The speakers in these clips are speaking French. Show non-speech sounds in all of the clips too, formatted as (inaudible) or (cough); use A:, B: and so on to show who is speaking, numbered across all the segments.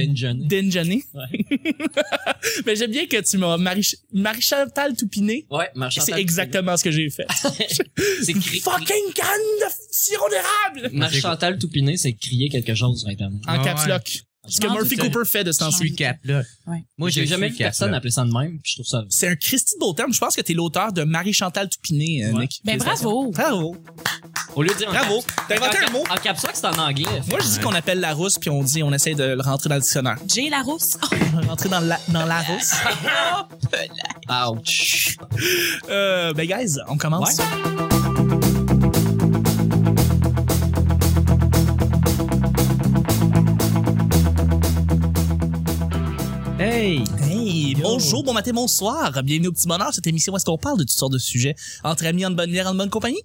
A: Denjani.
B: Denjani.
A: Ouais.
B: (laughs) Mais j'aime bien que tu m'as Marie- Marie-Chantal Toupiné.
A: Ouais, marchand.
B: C'est exactement ce que j'ai fait.
A: Ah, C'est cri-
B: Fucking canne de sirop d'érable!
A: Marchantal Toupiné, c'est crier quelque chose sur Internet.
B: En
C: Ah
B: caps
C: ouais.
B: lock. Ce que
A: Ah,
B: Murphy
A: c'est-
B: Cooper fait de ce temps
C: Je suis cap là.
D: Ouais.
C: Moi,
A: J'ai
C: je
A: jamais
C: suis
A: vu
C: cap,
A: personne
C: là.
A: appeler ça de même, puis je trouve ça.
B: C'est un Christy de beau terme. Je pense que t'es l'auteur de Marie-Chantal Toupiné, euh,
A: Ouais.
B: Nick.
D: Ben bravo.
B: Bravo.
A: Au lieu de dire. en
B: Bravo.
A: caps-
B: T'as inventé
A: en
B: un
A: cap-
B: mot.
A: En caps lock, c'est en anglais.
B: Moi, je dis qu'on appelle la rousse puis on dit, on essaie de le rentrer dans le dictionnaire.
D: J'ai la rousse. Oh,
B: On va rentrer dans la, dans la rousse.
A: Ouch.
B: (laughs) Euh, ben, guys, on commence.
A: Ouais.
C: Hey!
B: Hey,
C: Yo.
B: bonjour, bon matin, bonsoir. Bienvenue au Petit Bonheur, cette émission où est-ce qu'on parle de toutes sortes de sujets entre amis, en bonne bière, en bonne compagnie.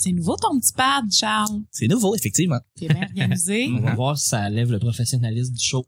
D: C'est nouveau ton petit pad, Charles.
B: C'est nouveau, effectivement.
D: T'es bien organisé.
A: On va voir si ça lève le professionnalisme du show.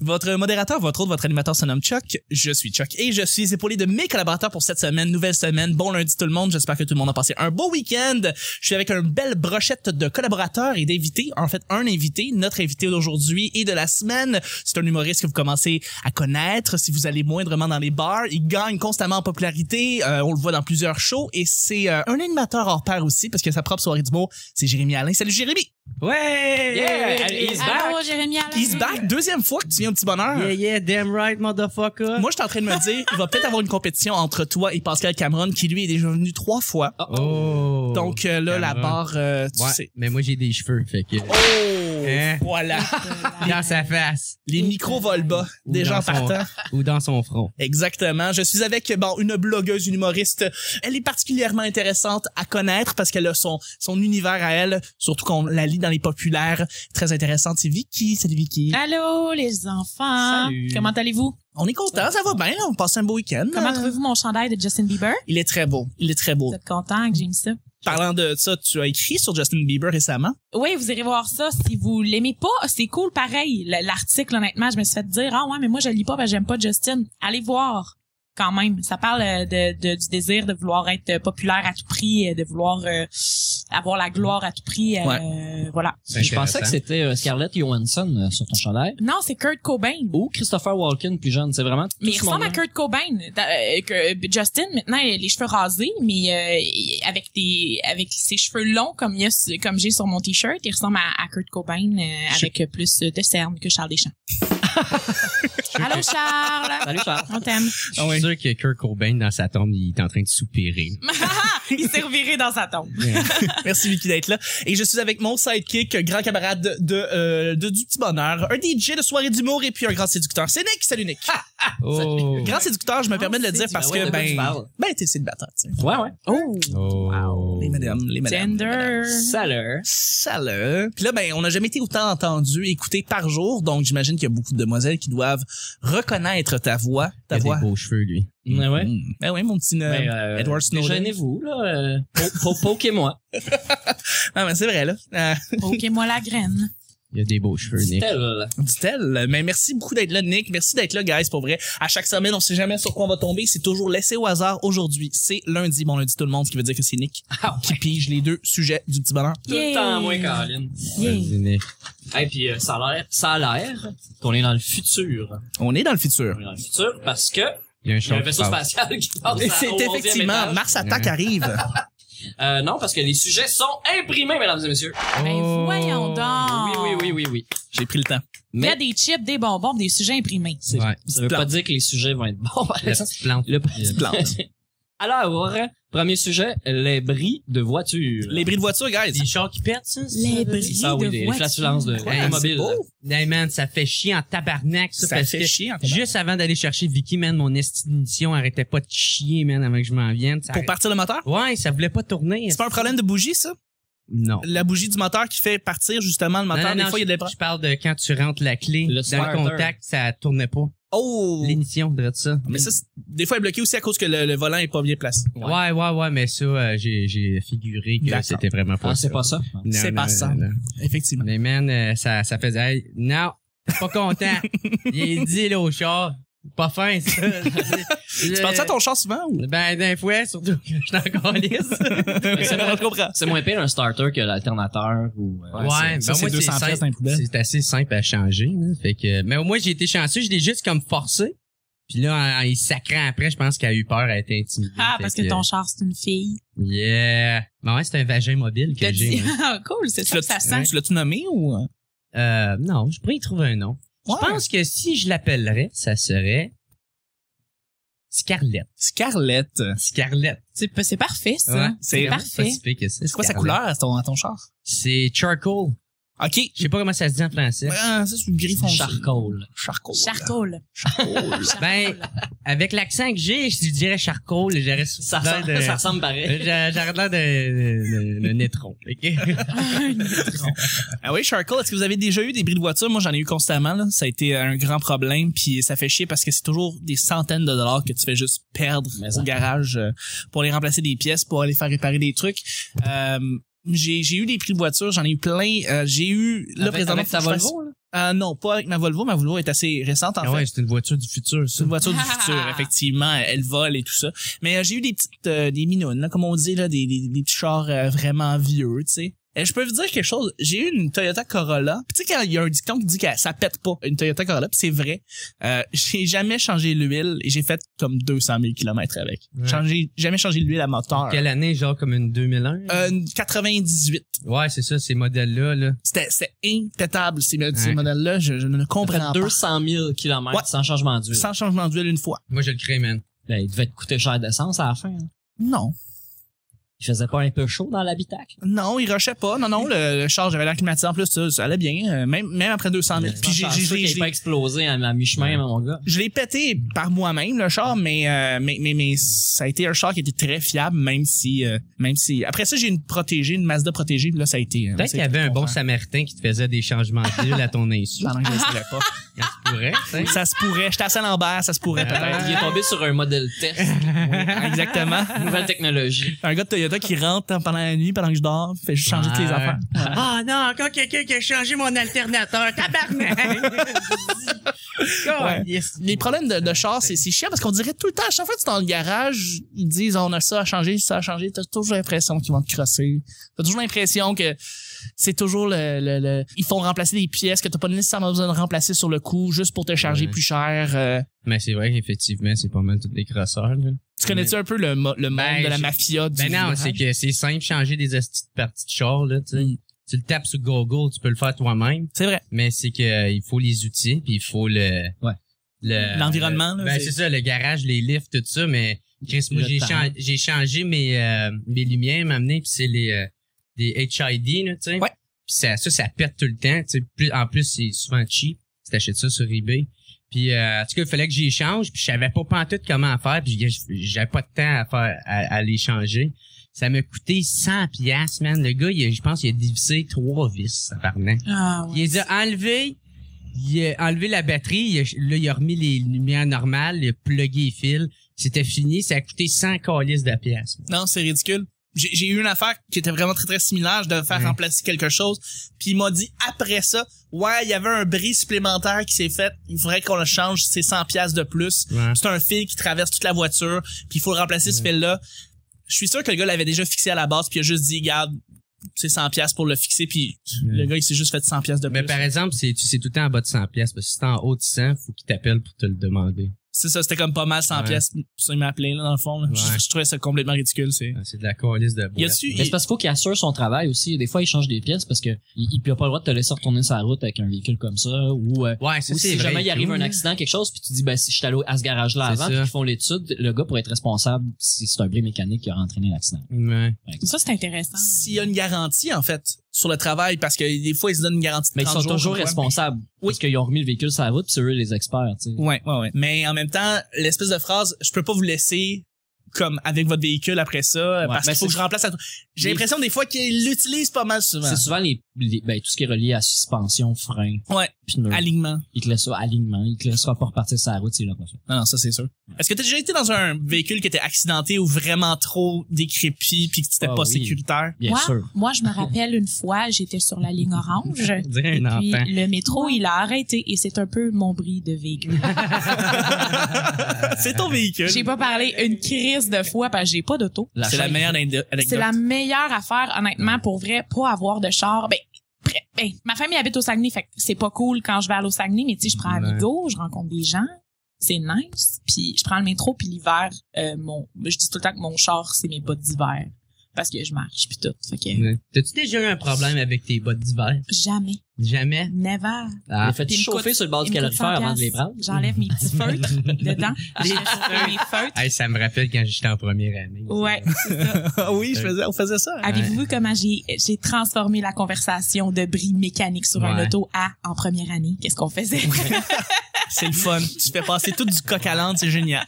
B: Votre modérateur, votre autre, votre animateur se nomme Chuck. Je suis Chuck et je suis épaulé de mes collaborateurs pour cette semaine, nouvelle semaine. Bon lundi tout le monde, j'espère que tout le monde a passé un beau week-end. Je suis avec une belle brochette de collaborateurs et d'invités. En fait, un invité, notre invité d'aujourd'hui et de la semaine. C'est un humoriste que vous commencez à connaître si vous allez moindrement dans les bars. Il gagne constamment en popularité, Euh, on le voit dans plusieurs shows et c'est euh, un animateur hors pair aussi parce que sa propre soirée du mot, c'est Jérémy Alain. Salut Jérémy!
C: Ouais!
A: Yeah, he's
D: Allô, Jérémy Alain.
B: Il se back, deuxième fois que tu viens au petit bonheur.
C: Yeah, yeah, damn right, motherfucker!
B: Moi, je suis en train de me dire, il va peut-être avoir une compétition entre toi et Pascal Cameron, qui lui est déjà venu trois fois.
C: Oh!
B: Donc euh, là, la
C: Cameron.
B: barre, euh, tu
C: ouais,
B: sais.
C: mais moi, j'ai des cheveux, fait que...
B: Oh!
C: Hein?
B: Voilà.
C: Dans sa face!
B: Les micros volent bas,
C: Ou
B: déjà en
C: dans son-
B: partant. Ah
C: Ou dans son front.
B: Exactement. Je suis avec, bon, une blogueuse, une humoriste. Elle est particulièrement intéressante à connaître parce qu'elle a son, son univers à elle, surtout qu'on la lit dans les populaires. Très intéressante. C'est Vicky. Salut Vicky.
D: (laughs) Ah. Allô, les enfants.
C: Salut.
D: Comment allez-vous?
B: On est content, ça va bien. On passe un beau week-end. Euh,
D: Comment trouvez-vous mon chandail de Justin Bieber?
B: Il est très beau. Il est très beau.
D: Vous êtes content que j'ai mis ça?
B: Parlant de ça, tu as écrit sur Justin Bieber récemment.
D: Oui, vous irez voir ça. Si vous l'aimez pas, Ah, c'est cool pareil. L- L'article, honnêtement, je me suis fait dire, ah ouais, mais moi je le lis pas, ben j'aime pas Justin. Allez voir quand même. Ça parle euh, de, de- du désir de vouloir être euh, populaire à tout prix, euh, de vouloir euh, avoir la gloire à tout prix. euh, Voilà.
A: Je pensais que c'était euh, Scarlett Johansson euh, sur ton chandail.
D: Non, c'est Kurt Cobain.
A: Ou Christopher Walken plus jeune. C'est vraiment. tout
D: Mais il
A: ce
D: ressemble à
A: monde-là.
D: Kurt Cobain. Da- euh, que- euh, Justin, maintenant, il a les cheveux rasés, mais euh, il- avec des avec ses cheveux longs comme il y a su- comme j'ai sur mon t-shirt, il ressemble à, à Kurt Cobain euh,
B: Je-
D: avec euh, plus de cernes que
A: (laughs)
D: Charles Deschamps. Allô Charles,
A: Salut Charles.
D: on t'aime. (laughs)
C: Je suis sûr que Kurt Cobain, dans sa tombe, il est en train de soupirer.
B: (laughs)
D: il s'est reviré dans sa tombe.
B: Merci Vicky d'être là. Et je suis avec mon sidekick, grand camarade de, euh, de du petit bonheur, un DJ de soirée d'humour et puis un grand séducteur. C'est Nick, salut Nick.
A: Ah!
C: Oh!
B: Grand séducteur, je me permets de le dire
A: séducteur.
B: parce
A: Ouais,
B: que
A: de quoi tu
B: ben
A: parles?
B: ben t'es célibataire, tu sais.
A: Ouais, ouais.
B: Oh,
C: Oh!
B: les madames, les madames.
D: Gender.
A: Salut.
B: Salut. Puis là ben on n'a jamais été autant entendu, et écouté par jour, donc j'imagine qu'il y a beaucoup de demoiselles qui doivent reconnaître ta voix,
C: Il
B: ta
C: a
B: voix.
C: des beaux cheveux, lui.
A: Ouais, ouais.
B: Mm. Ben oui, mon petit. euh,
A: Mais, euh,
B: Edward Snowden.
A: Gênez-vous, là. Euh, po- po- Poquez-moi.
B: Ah, ben c'est vrai, là. Euh,
D: Ok, moi la graine.
C: Il a des beaux cheveux, Nick.
A: C'était là, là.
B: dit-elle. Mais merci beaucoup d'être là, Nick. Merci d'être là, guys, pour vrai. À chaque semaine, on sait jamais sur quoi on va tomber. C'est toujours laissé au hasard. Aujourd'hui, c'est lundi. Bon lundi tout le monde, ce qui veut dire que c'est Nick
A: Ah,
B: qui pige les deux sujets du petit bonheur.
A: Tout le
D: Yay.
A: temps moins, Caroline.
D: Yeah.
C: Vas-y, Nick.
A: Et puis, euh, ça a l'air, ça a l'air qu'on est dans le futur.
B: On est dans le futur.
A: On est dans le futur parce que
C: Il y
A: il
C: a un
A: y a
C: chant
A: un
C: qui
A: vaisseau
C: passe.
A: spatial qui passe à-
B: C'est
A: Ah, au 11e
B: effectivement
A: étage.
B: Mars Attack
C: Ouais. (laughs)
B: arrive.
A: Euh, non, parce que les sujets sont imprimés, mesdames et messieurs.
D: Ben
C: Oh!
D: voyons
B: Ah.
D: donc.
A: Oui, oui, oui, oui, oui.
B: J'ai pris le temps.
D: Il y a des chips, des bonbons, des sujets imprimés.
A: C'est-
C: Ouais.
A: Ça veut
B: Plan.
A: pas dire que les sujets vont être bons, par
C: La
A: exemple.
C: petite plante.
A: Le-
B: Plante.
A: Alors, premier sujet, les bris de voiture.
B: Les bris de voiture, guys.
C: Des chars qui pètent, ça?
D: Les bris
A: Ah oui,
D: de
A: les
D: voiture.
A: flatulences de
B: Ouais,
A: automobile.
B: c'est beau.
C: Hey man, ça fait chier en tabarnak, ça,
B: Ça
C: parce
B: fait
C: que
B: chier, en fait.
C: juste avant d'aller chercher Vicky, man, mon estimation arrêtait pas de chier, man, avant que je m'en vienne. Ça
B: Pour partir le moteur.
C: arrête- Ouais, ça voulait pas tourner.
B: C'est pas un problème de bougie, ça?
C: Non.
B: La bougie du moteur qui fait partir justement le
C: Non,
B: moteur.
C: non,
B: des
C: non,
B: fois, il y a des
C: je, je parle de quand tu rentres la clé
A: Le
C: dans
A: starter.
C: le contact, ça tournait pas.
B: Oh!
C: L'émission, de ça.
B: Mais ça, c'est- des fois, il est bloqué aussi à cause que le, le volant est pas bien placé.
C: ouais. ouais, ouais, ouais, mais ça, euh, j'ai, j'ai figuré que
B: D'accord.
C: c'était vraiment pas
A: Ah,
C: ça.
A: c'est pas ça.
C: Non,
B: C'est
C: non,
B: pas
C: non,
B: ça.
C: non.
B: Effectivement.
C: Mais man, euh, ça, ça faisait, hey,
B: (laughs)
C: non, t'es pas content. il est dit, là, au char, pas fin, ça.
B: Tu parles ça à ton char souvent (laughs) ou?
C: Ben, d'un fouet, surtout que je suis encore lisse.
A: c'est moins-
B: Ben, Je comprends.
A: c'est moins pire un starter que l'alternateur ou. euh,
C: Ouais,
B: c'est-
C: ben
B: ça, c'est
C: moi,
B: 200 pièces
C: simple.
B: dans les poubelles.
C: C'est assez simple à changer. là. Fait que, mais au moins, j'ai été chanceux. Je l'ai juste comme forcé. Puis là, en, en y sacrant après, je pense qu'elle a eu peur, elle a été intimidée.
D: Ah,
C: Fait
D: parce que ton char, c'est une fille.
C: Yeah. Ben ouais, c'est un vagin mobile que
D: T'as
C: j'ai.
D: dit,
C: moi.
D: ah, cool, c'est
B: Tu
D: ça que ça
B: l'as-tu tu
D: sent.
B: hein? l'as-tu nommé ou?
C: Euh, non, je pourrais y trouver un nom.
B: Ouais.
C: Je pense que si je l'appellerais, ça serait Scarlett.
B: Scarlett.
C: Scarlett.
D: C'est c'est parfait, ça.
C: Ouais,
B: c'est
D: c'est parfait.
B: C'est quoi sa couleur à ton, à ton char?
C: C'est charcoal.
B: OK.
C: Je sais pas comment ça se dit en
B: (laughs)
C: français.
B: Ah, ça, c'est du gris foncé.
A: Charcoal.
B: Charcoal.
D: Charcoal.
C: Ben, avec l'accent que j'ai, je dirais charcoal. J'aurais
A: Ça
B: Ben,
C: l'air
A: ressemble,
C: de-
A: ça ressemble pareil.
C: J'a- J'aurais l'air de- de- de- d'un étron.
B: (laughs)
C: ok?
B: Ah oui, Charcoal, est-ce que vous avez déjà eu des bris de voiture? Moi, j'en ai eu constamment. Là. Ça a été euh, un grand problème, puis ça fait chier parce que c'est toujours des centaines de dollars que tu fais juste perdre
A: Mais
B: au
A: ça.
B: garage euh, pour les remplacer des pièces, pour aller faire réparer des trucs. Euh, j'ai j'ai eu des prix de voiture, j'en ai eu plein. Euh, j'ai eu là
C: Avec-
B: présentement
C: avec ta
B: faut que je fasse-
C: Volvo,
B: Euh, non, pas avec ma Volvo. Ma Volvo est assez récente en
C: Ah
B: fait.
C: ouais, c'est une voiture du futur,
B: C'est
C: ça.
B: une voiture du futur, effectivement. Elle vole et tout ça. Mais euh, j'ai eu des petites, euh, des minounes, là, comme on dit, là, des, des, des petits chars euh, vraiment vieux, tu sais. Et je peux vous dire quelque chose. J'ai eu une Toyota Corolla. Puis Tu sais, quand il y a un dicton qui dit que ça pète pas, une Toyota Corolla, puis c'est vrai. Euh, j'ai jamais changé l'huile et j'ai fait comme 200 000 kilomètres avec.
C: Ouais.
B: Changé, jamais changé l'huile à moteur.
C: Quelle année, genre comme une 2001?
B: Euh, une 98.
C: Ouais, c'est ça, ces modèles-là. Là.
B: C'était, c'était impétable, ces, ces
C: Ouais.
B: modèles-là. Je, je ne comprends pas.
A: 200 000 km
B: Ouais.
A: sans changement d'huile.
B: Sans changement d'huile une fois.
C: Moi, je le crée, man.
A: Ben, il devait te coûter cher d'essence à la fin. hein.
B: Non.
A: Il faisait pas un peu chaud dans l'habitacle.
B: Non, il rushait pas. Non, non, le, le char, j'avais l'air climatisé en plus, ça, ça allait bien, euh, même, même après 200 000. Puis j'ai- j'ai-
A: Chanceux
B: j'ai-
A: qu'il ait
B: j'ai-
A: pas explosé à, à mi-chemin, mon gars.
B: je l'ai pété par moi-même, le char, mais, euh, mais, mais, mais ça a été un char qui était très fiable, même si... euh, même si Après ça, j'ai une protégée, une Mazda protégée, puis là, ça a été... euh,
C: Peut-être
B: ça
C: qu'il
B: a
C: y
B: été
C: avait un bon
B: content.
C: samaritain qui te faisait des changements d'huile à
B: (laughs)
C: ton insu.
B: Pendant que je le savais pas.
C: Ça se pourrait, tu sais.
B: ça se pourrait. J'étais à Saint-Lambert, ça se pourrait
A: (laughs)
C: Euh.
B: peut-être.
A: Il est tombé sur un modèle test.
B: Exactement.
A: Nouvelle technologie.
B: Un gars de Toyota qui rentre pendant la nuit, pendant que je dors, fait juste changer toutes les
C: Ouais.
B: affaires.
C: Ah non, encore quelqu'un qui a changé mon alternateur. Tabarnak!
B: (laughs) Ouais. les problèmes de, de char, c'est c'est chiant parce qu'on dirait tout le temps, à chaque fois que tu es dans le garage, ils disent on a ça à changer, ça à changer. T'as toujours l'impression qu'ils vont te crosser. T'as toujours l'impression que c'est toujours le, le- le- Ils font remplacer des pièces que t'as pas nécessairement besoin de remplacer sur le coup juste pour te charger
C: Ouais.
B: plus cher. euh.
C: Mais c'est vrai qu'effectivement, c'est pas mal tous des crosseurs. Là.
B: tu connais-tu un peu le, mo- le monde
C: Ben,
B: de la
C: je-
B: mafia du
C: Ben non,
B: garage?
C: c'est que c'est simple, changer des hosties de parties de char, là, tu sais.
B: Mm.
C: Tu le tapes sur Google, tu peux le faire toi-même,
B: C'est vrai.
C: mais c'est que euh, il faut les outils, puis il faut le
A: Ouais.
C: le-
B: L'environnement, là,
C: le- Ben
B: c'est-
C: c'est ça, le garage, les lifts, tout ça, mais Chris, moi
A: Le
C: j'ai
A: temps.
C: chang- j'ai changé mes euh, mes lumières, m'amener, puis c'est les euh, des HID, là, tu sais.
B: Ouais.
C: Puis ça, ça, ça pète tout le temps, tu sais. Plus- En plus, c'est souvent cheap, si t'achètes ça sur eBay. Puis euh, en tout cas, il fallait que j'y change, puis je savais pas pantoute comment faire, puis j'ai- j'avais pas de temps à faire à, à les changer. Ça m'a coûté 100 piastres, man. Le gars, il a- je pense qu'il a divisé trois vis, apparemment.
D: Ah, ouais.
C: Il les a enlevés, il a enlevé la batterie, il a, là, il a remis les lumières normales, il a plugué les fils. C'était fini, ça a coûté 100 calices de piastres.
B: Non, c'est ridicule. J'ai j'ai eu une affaire qui était vraiment très très similaire. Je devais faire
C: Ouais.
B: remplacer quelque chose. Puis il m'a dit après ça, ouais, il y avait un bris supplémentaire qui s'est fait. Il faudrait qu'on le change, c'est 100 pièces de plus.
C: Ouais.
B: C'est un fil qui traverse toute la voiture. Puis il faut le remplacer ce fil-là. Je suis sûr que le gars l'avait déjà fixé à la base. Puis il a juste dit, garde, c'est 100 pièces pour le fixer. Puis le gars il s'est juste fait 100 pièces de plus.
C: Mais par exemple, c'est tu- c'est tout le temps en bas de 100 piastres, parce que si t'es en haut de 100, faut qu'il t'appelle pour te le demander.
B: C'est ça, c'était comme pas mal 100
C: Ouais.
B: pièces. Ça il m'a appelé là dans le fond. là. Je-
C: Ouais.
B: Je, trouvais ça complètement ridicule. C'est.
C: Ah, C'est de la calice de bois.
B: Y a-tu
A: Mais c'est parce qu'il faut qu'il assure son travail aussi. Des fois, il change des pièces parce que il, il a pas le droit de te laisser retourner sa route avec un véhicule comme ça ou euh,
C: Ouais, ça,
A: Ou si
C: c'est vrai,
A: jamais il arrive
C: tout,
A: un
C: là.
A: accident, quelque chose, puis tu dis, ben, si je suis allé à ce garage-là
C: C'est
A: avant,
C: ça.
A: puis ils font l'étude, le gars pourrait être responsable si c'est un bris mécanique qui a entraîné l'accident.
C: Ouais.
D: Ça, c'est intéressant.
B: S'il y a une garantie, en fait, sur le travail, parce que des fois, ils se donnent une garantie de
A: Mais ils
B: 30
A: sont
B: jours,
A: toujours
B: je crois.
A: responsables. Parce qu'ils ont remis le véhicule sur la route, puis c'est eux les experts, tu sais.
B: Ouais, ouais, ouais. Mais en même temps, l'espèce de phrase, je peux pas vous laisser comme avec votre véhicule après ça,
A: Ouais,
B: parce
A: mais
B: qu'il faut
A: c'est-
B: que je remplace la... J'ai
A: Les-
B: l'impression des fois qu'ils l'utilisent pas mal souvent.
A: C'est souvent les les- ben, tout ce qui est relié à suspension, frein,
B: Ouais.
A: pneus.
B: Alignement. Ah
A: Il te laissera alignement, il te laissera pas repartir sur la route s'il l'a pas fait.
B: Non, non, ça c'est sûr. Est-ce que t'as déjà été dans un véhicule qui était accidenté ou vraiment trop décrépit puis que c'était
A: Ah
B: pas
A: oui. (laughs)
B: sécuritaire?
A: Bien
D: moi,
A: sûr.
D: moi, je me rappelle une fois, j'étais sur la ligne orange.
C: On dirait un
D: Puis
C: enfant.
D: le métro, il a arrêté et c'est un peu mon bris de véhicule.
B: c'est ton véhicule.
D: J'ai pas parlé une crise de fois parce que j'ai pas d'auto.
B: C'est la
A: chaîne-
B: meilleure inde- anecdote.
D: C'est la meilleure affaire, honnêtement, pour vrai, pas avoir de char. Ben, pr- ben, ma famille habite au Saguenay, fait que c'est pas cool quand je vais aller au Saguenay, mais tu sais, je prends
C: Ouais.
D: Amigo, je rencontre des gens, c'est nice. Puis je prends le métro, puis l'hiver, euh, mon, je dis tout le temps que mon char, c'est mes bottes d'hiver parce que je marche puis tout. Fait que
C: Ouais. T'as-tu déjà eu un problème avec tes bottes d'hiver?
D: jamais,
C: Jamais?
D: never.
A: Il
C: Ah.
A: a fait
D: Puis il me
A: chauffer
D: coûte-
A: sur le bord du
D: Il me coûte
A: calorifère
D: 100
A: avant de les prendre.
D: J'enlève mes petits feutres
A: (laughs)
D: dedans. Je fais chauffer mes feutres.
C: Hey, ça me rappelle quand j'étais en première année.
D: Ouais.
B: Ah oui, je faisais, on faisait ça.
D: Avez-vous vu comment j'ai, j'ai transformé la conversation de bris mécanique sur un
C: Ouais.
D: auto à en première année? Qu'est-ce qu'on faisait? (laughs)
B: C'est le fun. Tu fais passer tout du coq à l'âne, c'est génial.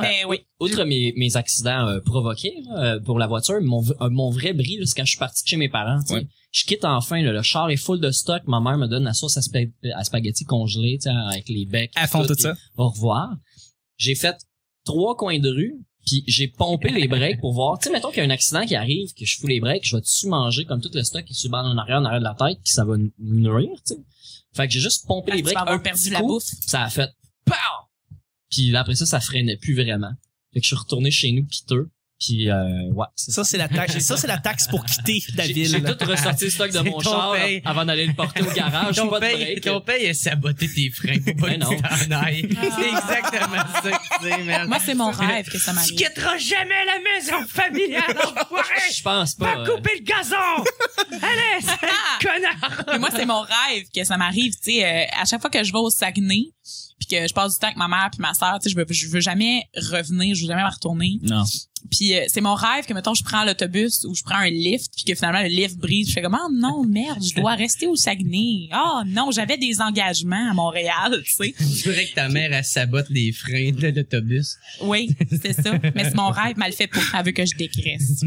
D: Ben oui.
A: Outre mes, mes accidents euh, provoqués là, euh, pour la voiture, mon, v- euh, mon vrai bris, là, c'est quand je suis parti de chez mes parents. tu sais. Je quitte enfin, là, le char est full de stock. Ma mère me donne la sauce à, spa- à spaghetti congelée tu sais, avec les becs.
B: À fond tout ça.
A: puis Au revoir. J'ai fait trois coins de rue, puis j'ai pompé les breaks pour voir. Tu sais, mettons qu'il y a un accident qui arrive, que je fous les breaks, je vais dessus manger comme tout le stock qui se bat en arrière, en arrière de la tête, puis ça va nous nourrir. tu sais. Fait que j'ai juste pompé
D: Ah,
A: les
D: tu
A: breaks.
D: vas
A: un
D: avoir
A: petit
D: perdu la
A: coup,
D: bouffe.
A: ça a fait POW! Puis là, après ça, ça freinait plus vraiment. Fait que je suis retourné chez nous piteux. Puis euh, ouais, c'est ça.
B: Ça, c'est la taxe. Ça, c'est la taxe pour quitter la
A: J'ai j'ai
B: ville.
A: tout ressorti le stock de
C: C'est
A: mon
C: ton
A: char
C: paye.
A: avant d'aller le porter au garage.
C: Ton
A: pas de
C: paye,
A: break.
C: ton paye a saboté tes freins pour
A: (laughs)
C: pas
A: Ben
C: que
A: non.
C: tu t'en ailles. C'est (laughs) exactement ça que tu dis, man.
D: Moi, c'est mon rêve que ça m'arrive.
C: quitteras jamais la maison familiale, enfoiré!
A: Je pense pas. euh,
C: le gazon! Allez, connard!
D: Mais moi, c'est mon rêve que ça m'arrive. Tu sais, euh, à chaque fois que je vais au Saguenay, puis que je passe du temps avec ma mère puis ma sœur, tu sais, je veux, je veux jamais revenir, je veux jamais me retourner.
B: Non.
D: Puis euh, c'est mon rêve que mettons je prends l'autobus ou je prends un lift puis que finalement le lift brise, je fais comme oh non merde, je dois rester au Saguenay. Oh non, j'avais des engagements à Montréal, tu sais.
C: Tu dirais que ta mère, elle sabote les freins de l'autobus.
D: Oui, c'est ça. Mais c'est mon rêve, mais elle le fait pas. Elle veut que je décresse.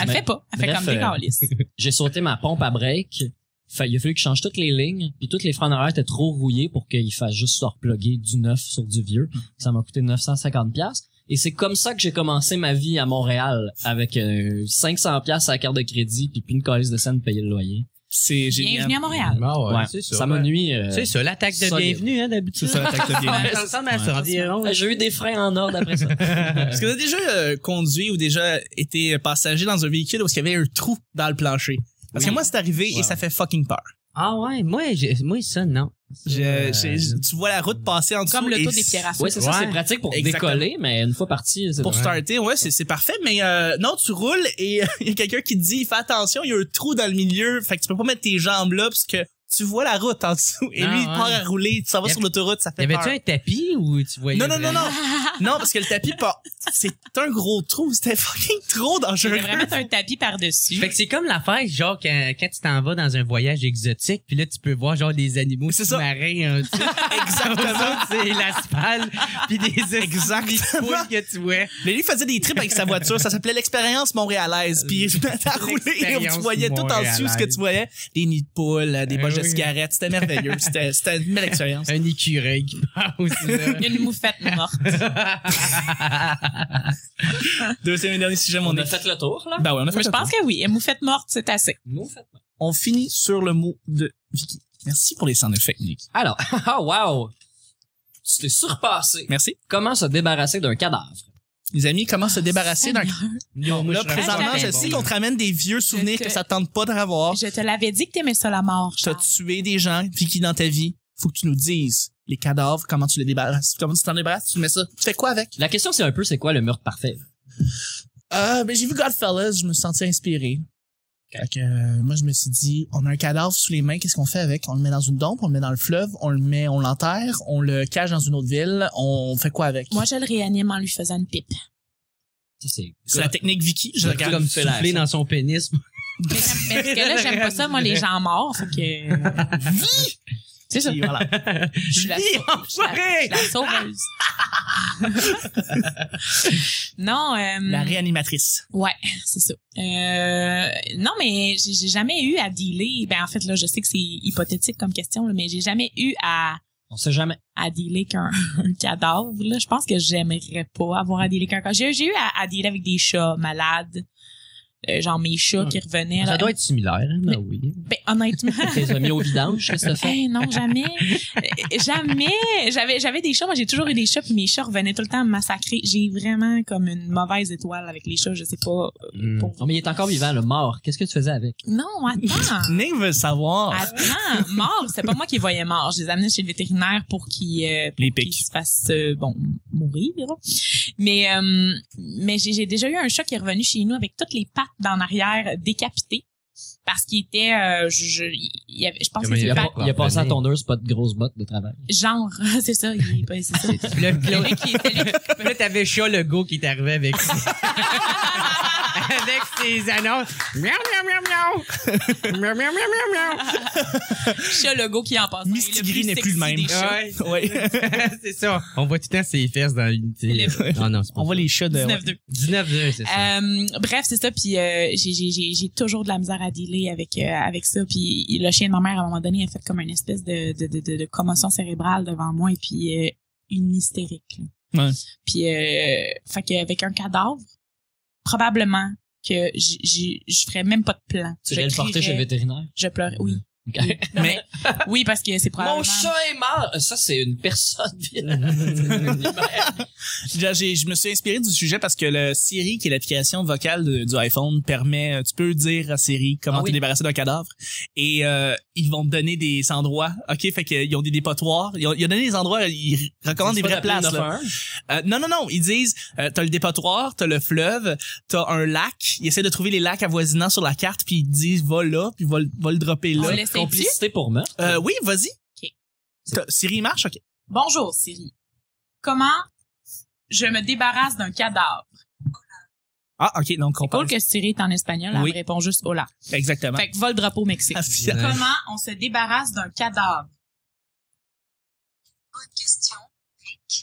D: elle le fait pas. Elle fait
A: Bref,
D: comme
A: euh,
D: des câlisses.
A: J'ai sauté ma pompe à break. Fait, il a fallu que je change toutes les lignes, puis toutes les freins en arrière étaient trop rouillés pour qu'il fasse juste se reploguer du neuf sur du vieux. Ça m'a coûté 950 pièces et c'est comme ça que j'ai commencé ma vie à Montréal avec euh, 500 pièces à la carte de crédit puis puis une colise de scène payer le loyer.
B: C'est génial.
D: Bienvenue à Montréal.
C: Bon,
A: Ouais, ça m'a nuit. euh,
C: C'est ça, l'attaque de
A: Solide.
C: bienvenue, hein, d'habitude.
B: C'est ça, la taxe de
C: (laughs)
B: bienvenue.
C: On s'entend à ça, environ.
A: j'ai eu des freins en ordre après ça.
B: Est-ce que t'as déjà euh, conduit ou déjà été passager dans un véhicule où il y avait un trou dans le plancher? Parce que moi, c'est arrivé et
A: Ouais.
B: ça fait fucking peur.
C: Ah ouais, moi, j'ai- moi ça, non.
B: Je-
C: Euh,
B: j'ai- tu vois la route passer en dessous.
D: Comme le
B: et
D: tour des pierres à feu.
A: Oui, c'est ça,
C: Ouais.
A: c'est pratique pour
B: Exactement.
A: décoller, mais une fois parti, c'est
B: Pour
A: vrai.
B: starter, ouais, c'est c'est parfait. Mais euh, non, tu roules et (laughs) il y a quelqu'un qui te dit, fais attention, il y a un trou dans le milieu, fait que tu peux pas mettre tes jambes là parce que tu vois la route en dessous. Et
C: Ah,
B: lui, il
C: ouais.
B: part à rouler, tu s'en vas
C: Y a-
B: sur l'autoroute, ça
C: Y
B: fait peur.
C: avait-tu un tapis ou tu voyais?
B: Non, non, non, non.
C: (laughs)
B: non, parce que le tapis, pas. C'est un gros trou. C'était fucking trop
D: Je
B: dangereux.
D: vais vraiment mettre un tapis par-dessus.
C: Fait que c'est comme l'affaire, genre, quand, quand tu t'en vas dans un voyage exotique, puis là, tu peux voir, genre, des animaux
B: C'est ça.
C: marins, hein, tu sais.
B: Exactement.
C: Eux autres, c'est l'asphalte, puis des
B: Exactement.
C: poules que tu vois.
B: Mais lui faisait des trips avec sa voiture. Ça s'appelait l'expérience montréalaise. Puis il se mettait à rouler et
C: (laughs) L'expérience
B: tu voyais tout en dessous ce que tu voyais. Des nids de poules, des
C: Eh
B: boches de
C: oui.
B: cigarettes. C'était merveilleux. C'était c'était une belle
C: (laughs)
B: expérience.
C: Un écureuil qui passe,
D: Il y a une moufette morte.
C: là.
B: Deuxième et dernier sujet, mon
A: On a
B: équipe.
A: fait le tour, là.
B: Ben ouais, on a fait
D: Mais je
B: le
D: pense que oui, une moufette morte, c'est assez.
A: Nous, fait-
B: on finit sur le mot de Vicky. Merci pour les sound effects, Nick.
A: Alors, (laughs) ah, wow! Tu t'es surpassé.
B: Merci.
A: Comment se débarrasser d'un cadavre?
B: Les amis, comment se débarrasser d'un...
C: Yo, Ah, moi,
B: Là,
C: je serais
B: présentement,
C: pas
B: je
C: bien
B: sais
C: bon.
B: qu'on te ramène des vieux souvenirs
D: te-
B: que ça te tente pas de revoir.
D: Je te l'avais dit que t'aimais ça la mort.
B: T'as
D: Charles.
B: tué des gens, Vicky, dans ta vie. Faut que tu nous dises les cadavres, comment tu les débarrasses. Comment tu t'en débarrasses, tu mets ça. Tu fais quoi avec?
A: La question, c'est un peu, c'est quoi le meurtre parfait?
B: Euh, ben, j'ai vu Godfellas, je me suis senti inspiré. Fait que, euh, moi, je me suis dit, on a un cadavre sous les mains, qu'est-ce qu'on fait avec? On le met dans une dompe, on le met dans le fleuve, on le met, on l'enterre, on le cache dans une autre ville, on fait quoi avec?
D: Moi, je le réanime en lui faisant une pipe.
A: Ça, c'est...
B: c'est la technique Vicky, je
C: C'est
B: regarde.
C: comme souffler dans son pénis.
D: Mais j'aime- mais parce que là, j'aime pas ça, moi, les gens morts. Fait que. Vie! C'est
B: (laughs)
D: ça.
B: Puis voilà.
D: Je suis la,
C: Vie,
D: sau- je suis la- je suis la sauveuse. (laughs) Non, euh,
B: La réanimatrice.
D: ouais, c'est ça. Euh, non, mais j'ai j'ai jamais eu à dealer. Ben en fait là, je sais que c'est hypothétique comme question, là, mais j'ai jamais eu à
A: On sait
B: (laughs)
A: jamais.
D: à dealer qu'un (laughs) un cadavre. Là. Je pense que j'aimerais pas avoir à dealer qu'un cadavre. J'ai j'ai eu à, à dealer avec des chats malades. Euh, genre mes chats qui revenaient.
A: Ça
D: là.
A: doit être similaire, hein, ben oui.
D: Ben,
A: (laughs)
D: honnêtement.
A: T'es mis au vidange, qu'est-ce que t'as fait?
D: Hey, non, jamais. Euh, jamais. J'avais, j'avais des chats. Moi, j'ai toujours eu des chats, puis mes chats revenaient tout le temps me massacrer. J'ai vraiment comme une mauvaise étoile avec les chats. Je sais pas.
C: Hmm.
D: Pour...
A: Non, mais il est encore vivant, le mort. Qu'est-ce que tu faisais avec?
D: Non, attends.
B: Nick veut savoir.
D: Attends, mort, c'est pas moi qui les voyais mort. Je les amenais chez le vétérinaire pour qu'ils euh,
B: Les
D: qui
B: pics.
D: se fasse euh, bon mourir. Mais euh, mais j'ai j'ai déjà eu un chat qui est revenu chez nous avec toutes les pattes d'en arrière décapitées parce qu'il était euh, je, je, il y avait, je pense
C: Comment
D: que
A: Il
C: il
D: c'est
A: a,
C: pas-
D: pas-
A: pas- il a passé à tondeuse, pas de grosses bottes de travail.
D: genre (laughs) c'est ça, il est pas- c'est ça.
C: Puis là, puis
D: Le
C: là,
D: mec qui était lui-
C: puis là, t'avais Chat Legault qui est arrivé avec (laughs) avec ses annonces. Miaou, miaou, miaou, miaou. Miaou, miaou, miaou, miaou, miaou.
D: chat logo qui en passe.
B: Mistigri n'est plus le même.
C: Ouais, (laughs) c'est-
B: Ouais.
C: c'est ça. On voit tout le temps ses fesses dans l'unité. Non, non, c'est pas
B: On voit les chats de.
D: 19-2.
C: 19-2, c'est ça.
D: Euh, bref, c'est ça. Puis euh, j'ai- j'ai j'ai- j'ai toujours de la misère à dealer avec euh, avec ça. Puis le chien de ma mère, à un moment donné, a fait comme une espèce de, de, de, de, de commotion cérébrale devant moi et puis euh, une hystérique. là.
B: Ouais.
D: Puis, euh, fait qu'avec un cadavre, probablement que j- j- je ferais même pas de plan.
A: Tu
D: Je
A: l'as le porter
D: crierais,
A: chez Mmh. le vétérinaire?
D: Je pleurais, oui.
A: Ok.
D: oui. Non, mais, oui, parce que c'est probablement...
A: est mort! Ça, c'est une
B: (laughs)
A: personne
B: J'ai- j'ai- Je me suis inspiré du sujet parce que le Siri, qui est l'application vocale de- du iPhone, permet, euh, tu peux dire à Siri comment
A: Ah
B: te
A: oui.
B: débarrasser d'un cadavre et euh, ils vont te donner des endroits. OK, fait qu'ils ont des dépotoirs. Ils ont, ils ont donné des endroits, ils recommandent des vraies places. là. Euh, non, non, non, ils disent, euh, t'as le dépotoir, t'as le fleuve, t'as un lac. Ils essaient de trouver les lacs avoisinants sur la carte puis ils disent, va là, puis va, le- va le dropper
D: On
B: là.
D: laisse ici?
A: Complicité pour moi.
B: Euh, oui, vas-y.
D: Ok.
B: T'as- Siri marche, OK.
D: Bonjour, Siri. Comment je me débarrasse d'un cadavre?
B: Ah, OK, donc on
D: Cool
B: parle.
D: que Siri est en espagnol,
B: Oui.
D: elle répond juste hola.
B: Exactement. Ah,
D: Fait que va le drapeau au Mexique.
B: Affiant.
D: Comment on se débarrasse d'un cadavre?
E: Bonne question.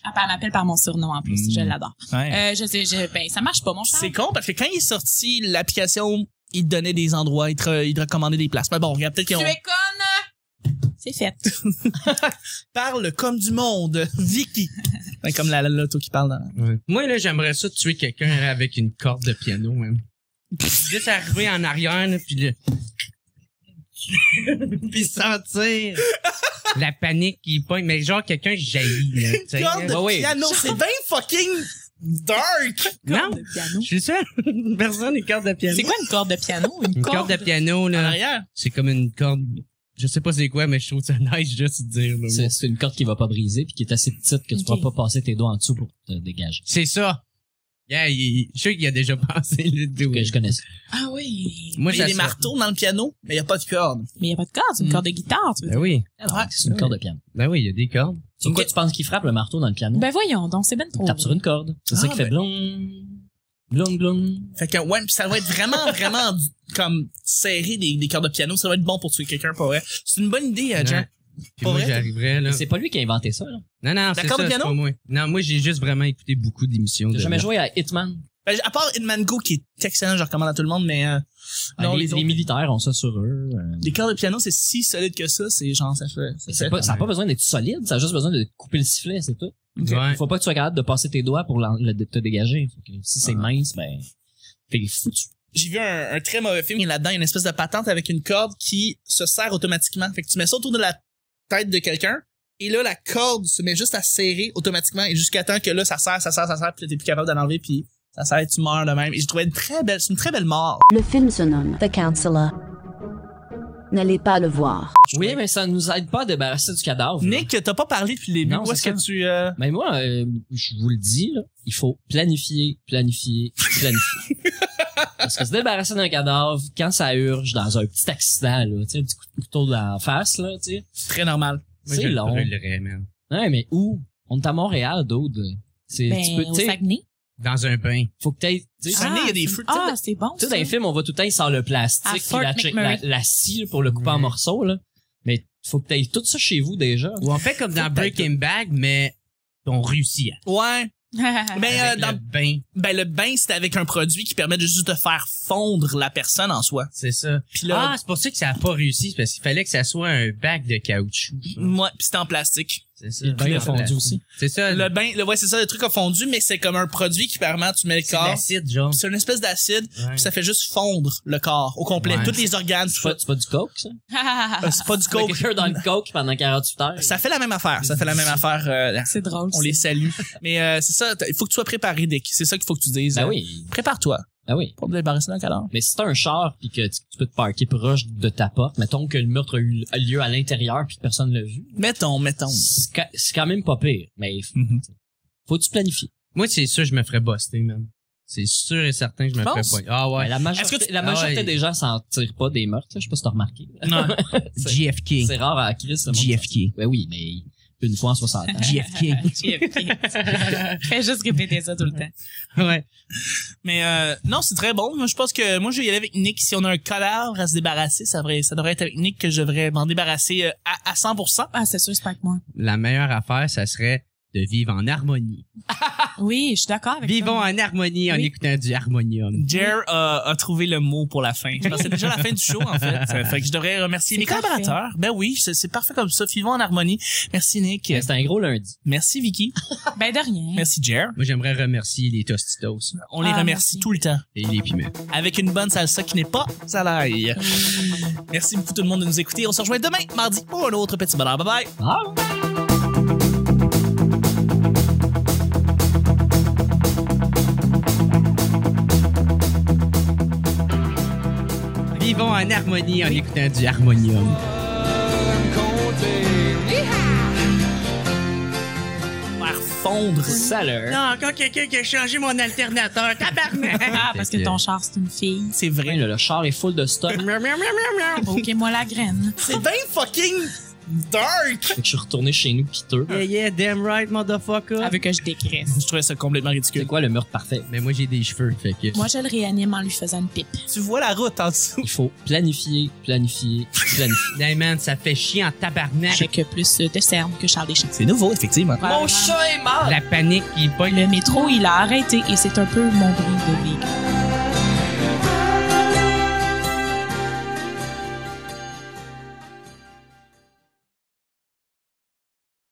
D: Ah, ben, elle m'appelle par mon surnom en plus,
B: Mm.
D: je l'adore.
B: Ouais.
D: Euh, je sais, je, ben ça marche pas mon chat.
B: C'est con parce que quand il est sorti, l'application, il te donnait des endroits, il te, re- il te recommandait des places. Mais bon, regarde, peut-être
D: Tu es
B: qu'on
D: conne. C'est fait.
B: parle comme du monde. (laughs) Vicky. Ouais, comme la la- l'auto qui parle. dans-
C: Ouais. Moi, là, j'aimerais ça tuer quelqu'un avec une corde de piano,
B: (laughs)
C: même. Juste arriver en arrière, là, puis le... (laughs) puis sentir la panique qui pogne. Mais genre, quelqu'un jaillit, là, tu sais.
B: Corde de
A: ouais, ouais.
B: piano, c'est bien fucking
D: Euh,
B: dark.
C: Non,
D: Corde de piano.
C: je suis seul. (laughs) Personne, une corde de piano.
D: C'est quoi une corde de piano?
C: Une corde de piano,
B: En
C: là.
B: arrière.
C: C'est comme une corde... Je sais pas c'est quoi, mais je trouve ça (laughs) nice juste de dire, là. moi.
A: C'est c'est une corde qui va pas briser puis qui est assez petite que tu
D: Ok.
A: pourras pas passer tes doigts en dessous pour te dégager.
C: C'est ça. Yeah, il- il- je sais qu'il a déjà (laughs) pensé, le dude.
A: Que je connaissais.
D: Ah oui.
C: Moi,
B: Mais il y a
C: ça
B: des
C: serait-
B: marteaux dans le piano, mais il n'y a pas de corde.
D: Mais il y a pas de corde, c'est une
B: Mm.
D: corde de guitare, tu veux
C: Ben
D: dire.
C: oui.
B: Ouais.
A: C'est une corde de piano.
C: Ben oui, il y a des cordes.
A: Sur quoi tu penses qu'il frappe le marteau dans le piano?
D: Ben voyons donc, c'est ben trop.
A: Il tape sur une corde. C'est ça
B: Ah,
A: qui fait
B: ben.
A: blong, blong, blong.
B: Fait que, ouais, puis ça va être vraiment, (laughs) vraiment du- comme serré des, des cordes de piano. Ça va être bon pour tuer quelqu'un, pour vrai. C'est une bonne idée, euh, Jean.
C: Ouais. Puis
B: Pour
C: moi,
B: vrai,
C: j'arriverais, là.
A: C'est pas lui qui a inventé ça, là.
C: Non, non, c'est ça,
B: D'accord, le
C: c'est
B: piano?
C: pas moi. Non, moi, j'ai juste vraiment écouté beaucoup d'émissions.
A: T'as
C: de-
A: jamais joué à Hitman?
B: Ben, à part Inman Go, qui est excellent, je recommande à tout le monde, mais euh,
A: Ah,
B: non,
A: les,
B: les, autres-
A: les militaires ont ça sur eux. euh,
B: Les cordes de piano, c'est si solide que ça, c'est genre, ça fait. ça
A: c'est
B: fait-
A: pas- ça n'a pas besoin d'être solide, ça a juste besoin de couper le sifflet, c'est tout.
C: Ouais.
A: Faut pas que tu sois capable de passer tes doigts pour l'en- le- te dégager. Faut que si c'est
B: Ah.
A: mince, ben, t'es foutu.
B: J'ai vu un, un très mauvais film, il y a là-dedans une espèce de patente avec une corde qui se serre automatiquement. Fait que tu mets ça autour de la tête de quelqu'un, et là, la corde se met juste à serrer automatiquement, et jusqu'à temps que là, ça serre, ça serre, ça serre, puis là, t'es plus capable d'en enlever, puis ça serre, et tu meurs de même. Et je trouvais une très belle, c'est une très belle mort.
F: Le film se nomme The Counselor. N'allez pas le voir.
A: Oui, mais ça nous aide pas à débarrasser du cadavre. là.
B: Nick, t'as pas parlé depuis le début.
A: Non,
B: Où est-ce
A: c'est
B: que
A: ça.
B: tu. euh,
A: Mais moi, euh, je vous le dis, là, il faut planifier, planifier, (laughs) planifier. Parce que se débarrasser d'un cadavre, quand ça urge dans un petit accident, là, tu sais, un petit coup de couteau dans la face, là, tu sais,
B: Très normal.
C: Moi,
A: c'est
C: je le
A: long.
C: brûlerais, man.
A: Ouais, mais où? On est à Montréal, dude. C'est,
D: Ben,
A: tu peux,
D: au
A: tu sais,
D: Saguenay.
C: Dans un bain.
A: faut que t'aies, tu sais,
B: Ah, Saguenay, il y a des
D: c'est-
B: fruits, tu sais,
D: Ah, c'est bon.
A: Tu sais,
D: ça.
A: dans les films, on voit tout le temps, il sort le
D: À
A: plastique, puis
D: Fort
A: la, chi- la,
D: McMurray.
A: la scie là, pour le couper en
C: Ouais.
A: morceaux, là. Mais faut que t'aies tout ça chez vous déjà.
C: Ou on fait comme dans
B: Peut-être.
C: Breaking Bad, mais on réussit.
B: Ouais.
D: (laughs)
B: Mais euh,
C: Avec
B: dans-
C: le bain,
B: ben, le bain, c'est avec un produit qui permet de juste de faire fondre la personne en soi.
C: c'est ça.
B: Puis là,
C: Ah, c'est pour ça que ça a pas réussi, c'est parce qu'il fallait que ça soit un bac de caoutchouc. ça.
B: moi, puis c'était en plastique.
C: C'est ça.
A: Le bain a fondu aussi.
C: C'est ça.
B: Le bain, le, ouais, c'est ça, le truc a fondu, mais c'est comme un produit qui permet, tu mets le
C: c'est
B: corps.
C: l'acide, genre.
B: C'est une espèce d'acide,
C: Ouais.
B: puis ça fait juste fondre le corps au complet.
C: Ouais.
B: Tous les organes,
A: C'est pas, c'est pas du coke, ça?
B: Euh, c'est pas du
A: Coke.
B: coke.
A: Quelqu'un dans le coke pendant 48 heures.
B: Ça fait la même affaire. Ça fait la même affaire. euh,
D: c'est drôle.
B: on les salue. Mais euh, c'est ça, t'as- il faut que tu sois préparé, Dick. C'est ça qu'il faut que tu dises.
A: Ben
B: Euh,
A: oui.
B: Prépare-toi
A: Ben oui.
B: pour te débarrasser d'un cadavre.
A: Mais si t'as un char puis que tu tu peux te parquer proche de ta porte, mettons que le meurtre a eu lieu à l'intérieur puis que personne l'a vu,
B: Mettons, mettons.
A: c'est ca- c'est quand même pas pire. Mais f-
B: Mhm.
A: faut-tu planifier?
C: Moi, c'est sûr, je me ferais buster, man. C'est sûr et certain que je me ferais
B: penses?
C: pas. Ah
A: Mais
C: ouais.
A: la majorité,
B: Est-ce que tu-
A: la majorité
C: Ah ouais.
A: des gens s'en tirent pas des meurtres. là. Je sais pas si t'as remarqué.
B: Non. (laughs)
A: c'est-
C: JFK.
A: C'est rare à Chris. le monde-
C: JFK.
A: Ben oui, mais une fois en 60 ans.
C: JFK.
D: (laughs) Fais juste répéter ça tout le temps.
B: (laughs)
C: ouais.
B: Mais euh, non, c'est très bon. Moi, je pense que moi, je vais y aller avec Nick. Si on a un cadavre à se débarrasser, ça devrait, ça devrait être avec Nick que je devrais m'en débarrasser euh, à, à 100%.
D: Ah, c'est sûr, c'est pas que moi.
C: La meilleure affaire, ça serait de vivre en harmonie.
D: Oui, je suis d'accord
C: (laughs)
D: avec
C: Vivons
D: toi.
C: en harmonie en
D: Oui.
C: écoutant du harmonium.
B: Jer euh, a, a trouvé le mot pour la fin. Parce que C'est déjà la fin du show, en fait.
D: (laughs)
B: Ça fait que je devrais remercier
D: C'est
B: mes
D: parfait.
B: collaborateurs. Ben oui, c'est c'est parfait comme ça. Vivons en harmonie. Merci, Nick.
A: C'est un gros lundi.
B: Merci, Vicky.
D: Ben, de rien.
B: Merci, Jer.
C: Moi, j'aimerais remercier les Tostitos
B: On les
D: Ah,
B: remercie
D: merci.
B: tout le temps.
C: et les piments.
B: Avec une bonne salsa qui n'est pas à l'ail. Merci beaucoup tout le monde de nous écouter. On se rejoint demain, mardi, pour un autre petit bonheur. Bye bye.
A: Ah!
C: Vivons en harmonie en écoutant du harmonium.
B: Faire fondre.
A: Salut!
C: Non, encore quelqu'un qui a changé mon alternateur. (laughs) Tabarnak!
D: Ah, parce que ton char, c'est une fille.
B: C'est
A: Hey,
B: vrai.
A: là, le char est full de stock. Fait
D: Ok, moi la graine.
B: C'est bien fucking dark.
A: que je suis retourné chez nous piteux.
C: yeah, yeah, damn right, motherfucker.
D: Elle veut que je dégraisse.
B: Je trouvais ça complètement
A: C'est
B: ridicule.
A: quoi le meurtre parfait?
C: Mais moi, j'ai des cheveux, fait que...
D: Moi, je le réanime en lui faisant une pipe.
B: Tu vois la route en dessous.
A: Il faut planifier, planifier, planifier.
C: Hey, man, ça fait chier en tabarnak.
D: J'ai que plus de cernes que Charles Deschamps.
B: C'est nouveau, effectivement.
D: Mon chat
A: est mort!
C: La panique qui pogne.
D: Le métro, il a arrêté et c'est un peu mon bruit de véhicule.